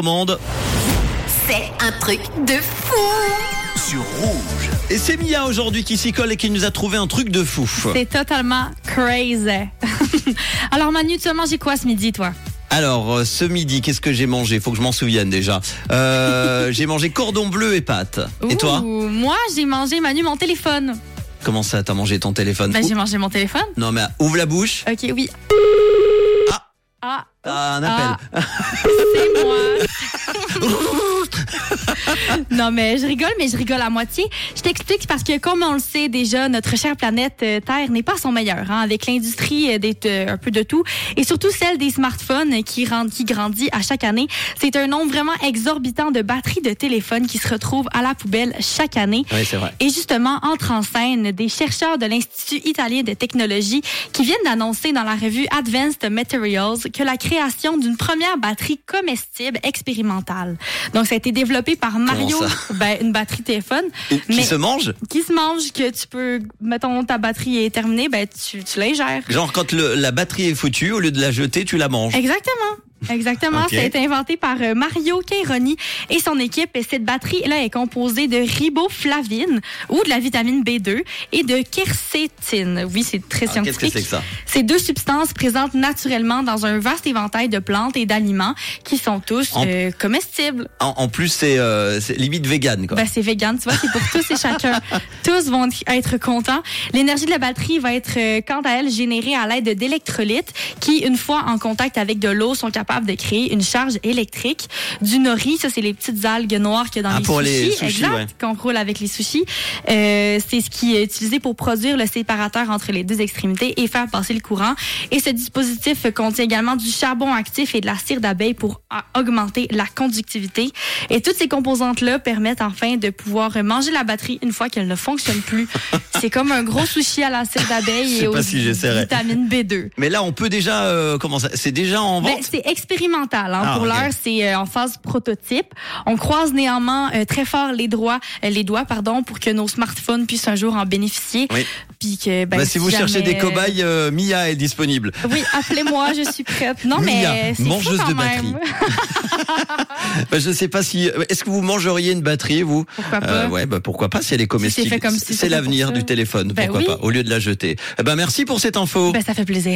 Romande. C'est un truc de fou sur Rouge. Et c'est Mia aujourd'hui qui s'y colle et qui nous a trouvé un truc de fou. C'est totalement crazy. Alors Manu, tu as mangé quoi ce midi, toi Alors, euh, ce midi, qu'est-ce que j'ai mangé Faut que je m'en souvienne déjà. Euh, j'ai mangé cordon bleu et pâtes. Et toi Ouh, Moi, j'ai mangé Manu mon téléphone. Comment ça, t'as mangé ton téléphone Bah, Ouh, j'ai mangé mon téléphone. Non mais ouvre la bouche. Ok, oui. Ah. Ah, Ah, un appel. c'est moi. non mais je rigole, mais je rigole à moitié. Je t'explique parce que comme on le sait déjà, notre chère planète euh, Terre n'est pas à son meilleur, hein, avec l'industrie euh, des- euh, un peu de tout, et surtout celle des smartphones qui, rend- qui grandit à chaque année. C'est un nombre vraiment exorbitant de batteries de téléphones qui se retrouvent à la poubelle chaque année. Oui, Ah c'est vrai. Et justement, entre en scène des chercheurs de l'Institut italien de technologie qui viennent d'annoncer dans la revue Advanced Materials que la création d'une première batterie comestible expérimentale. Donc, ça a été développé par Mario, ça? ben, une batterie téléphone Et Qui Mais- se mange qui se mange, que tu peux, mettons, ta batterie est terminée, ben, tu, tu l'ingères. Genre quand le- la batterie est foutue, au lieu de la jeter, tu la Eh, manges. Exactement. Exactement, Ok. ça a été inventé par euh, Mario Caironi et son équipe. Et cette batterie-là est composée de riboflavine ou de la vitamine B2 et de quercétine. Oui, c'est très Ah, Qu'est-ce que scientifique. c'est que ça Ces deux substances présentes naturellement dans un vaste éventail de plantes et d'aliments qui sont tous En- euh, comestibles. en, en plus, c'est euh, c'est limite vegan quoi. Ben, c'est vegan, tu vois, c'est pour tous et chacun. Tous vont être contents. L'énergie de la batterie va être, euh, quant à elle, générée à l'aide d'électrolytes qui, une fois en contact avec de l'eau, sont capables de créer une charge électrique. Du nori, ça, c'est les petites algues noires qu'il y a dans Ah, les, pour sushis, les sushis, exact, ouais. qu'on roule avec les sushis. Euh, c'est ce qui est utilisé pour produire le séparateur entre les deux extrémités et faire passer le courant. Et ce dispositif contient également du charbon actif et de la cire d'abeille pour a- augmenter la conductivité. Et toutes ces composantes-là permettent enfin de pouvoir manger la batterie une fois qu'elle ne fonctionne plus. C'est comme un gros sushi à la cire Je d'abeille sais et pas aux si j'essaierai. vitamines B2. Mais là, on peut déjà euh, comment ça C'est déjà en Ben, vente. c'est expérimental. hein. Ah, Pour ok. l'heure, c'est euh, en phase prototype. On croise néanmoins euh, très fort les droits, euh, les doigts, pardon, pour que nos smartphones puissent un jour en bénéficier. Oui. Puis que, ben, Bah, si vous cherchez jamais, des euh, cobayes, euh, Mia est disponible. oui, appelez-moi, je suis prête. Non, Mia, mais euh, c'est fou mangeuse quand de même. batterie. Bah, je sais pas si. Est-ce que vous mangeriez une batterie, vous Pourquoi pas Euh, ouais, bah pourquoi pas si elle est comestible. fait comme si c'est c'était l'avenir pour ça. du téléphone, Ben pourquoi oui. pas, au lieu de la jeter. Eh ben merci pour cette info. Ben, ça fait plaisir.